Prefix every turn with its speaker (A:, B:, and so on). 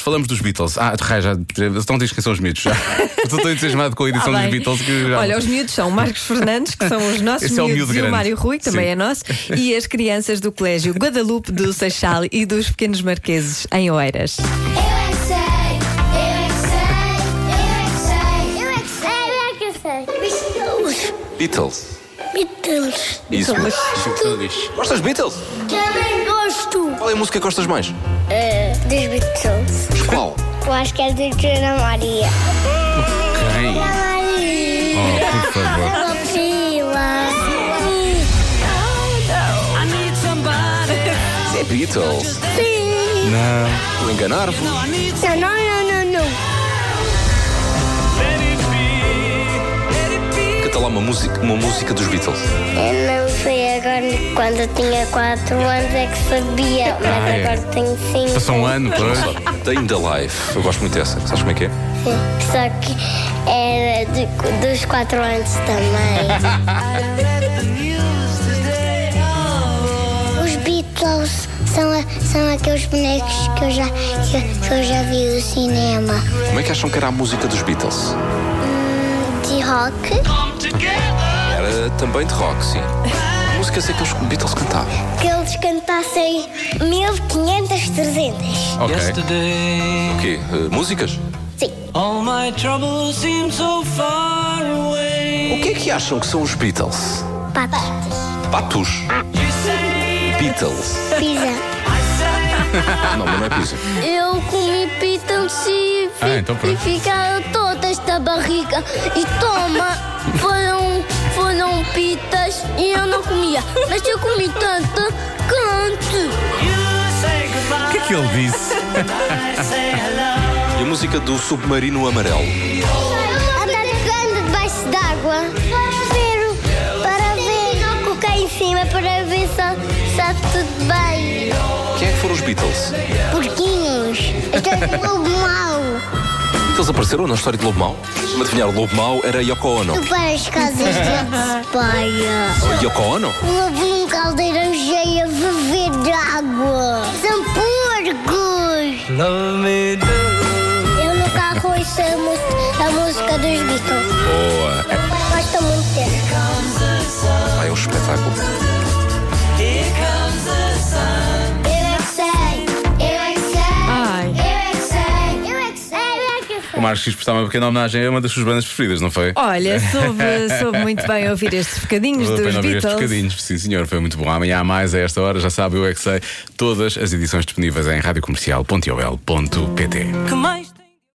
A: falamos dos Beatles. Ah, de raio, já estão a dizer que são os miúdos. Já. Estou tão entusiasmado com a edição
B: Ah,
A: dos
B: bem.
A: Beatles que já.
B: Olha, os miúdos são o Marcos Fernandes, que são os nossos
A: Esse é o
B: miúdos,
A: miúdo
B: e
A: grande.
B: o Mário Rui, que também
A: Sim.
B: é nosso, e as crianças do Colégio Guadalupe do Seixal e dos Pequenos Marqueses, em Oeiras.
C: Eu é que sei, eu é que sei, eu é que sei, eu é que sei, eu é que sei, eu é que sei.
D: Beatles.
C: Beatles.
D: Isso. Gostas de Beatles?
C: Também gosto.
D: Qual é a música que gostas mais?
C: Dos Beatles.
D: Mas Qual?
C: Eu acho que é de Ana Maria.
A: Quem?
C: Maria.
A: Oh, por favor.
C: Ela fila.
D: É Beatles.
A: Não.
D: Vou enganar-vos.
C: Não, não, não, não, não.
D: Canta lá uma música, uma música dos Beatles.
C: Eu não sei agora, quando eu tinha 4 anos é que sabia, mas
A: Ah, é.
C: agora tenho 5.
A: Passou um ano, pois.
D: Day in the Life. Eu gosto muito dessa. Sabes como é que é?
C: Só que era de- dos 4 anos também. Os Beatles são, a- são aqueles bonecos que eu já, que eu- que eu já vi no cinema.
D: Como é que acham que era a música dos Beatles?
C: De rock,
D: Era também de rock, sim. Que Músicas é que os Beatles cantavam.
C: que eles cantassem 1500, 300.
A: Ok.
D: O
E: Yesterday,
D: quê? Eh, músicas?
C: Sim.
E: all my troubles seem so far away.
D: O que é que acham que são os Beatles?
C: Patas.
D: Patos. Beatles.
C: Pizza.
D: Não, mas não é pizza.
C: Eu comi pitons e, fi-
A: Ah, então pronto.
C: e ficaram toda esta barriga. E toma, foram, foram pitas e eu não comia. Mas eu comi tanto, canto.
E: You say
A: O
E: goodbye,
A: que é que ele disse?
E: I say hello.
D: E a música do Submarino Amarelo.
C: Atacando debaixo d'água. Ver, para ver, colocar em cima para ver se está tudo bem.
D: Quem é que foram os Beatles?
C: Porquinhos, estou com algo mau.
D: Beatles apareceram na história de Lobo Mau. Uma adivinhar, Lobo Mau era Yoko Ono.
C: Para as casas de espalha.
D: Yoko Ono?
C: Levou um caldeirão cheio a beber de água. São porcos!
E: Love me do.
C: Eu no carro ouço a, mus- a música dos Beatles.
D: Boa.
C: Gosto muito dela.
D: Ah, é um espetáculo.
E: Here comes the sun.
C: Eu é que sei, eu é que sei,
B: Ai.
C: eu é que sei, eu é que sei, eu é que sei.
A: O Marcos quis prestar uma pequena homenagem a uma das suas bandas preferidas, não foi?
B: Olha, soube, soube muito bem ouvir estes bocadinhos
A: Vale a
B: dos
A: pena ouvir estes
B: Beatles.
A: bocadinhos, sim senhor, foi muito bom. Amanhã há mais a esta hora, já sabe, eu é que sei. Todas as edições disponíveis em radiocomercial.ol.pt
E: Que mais?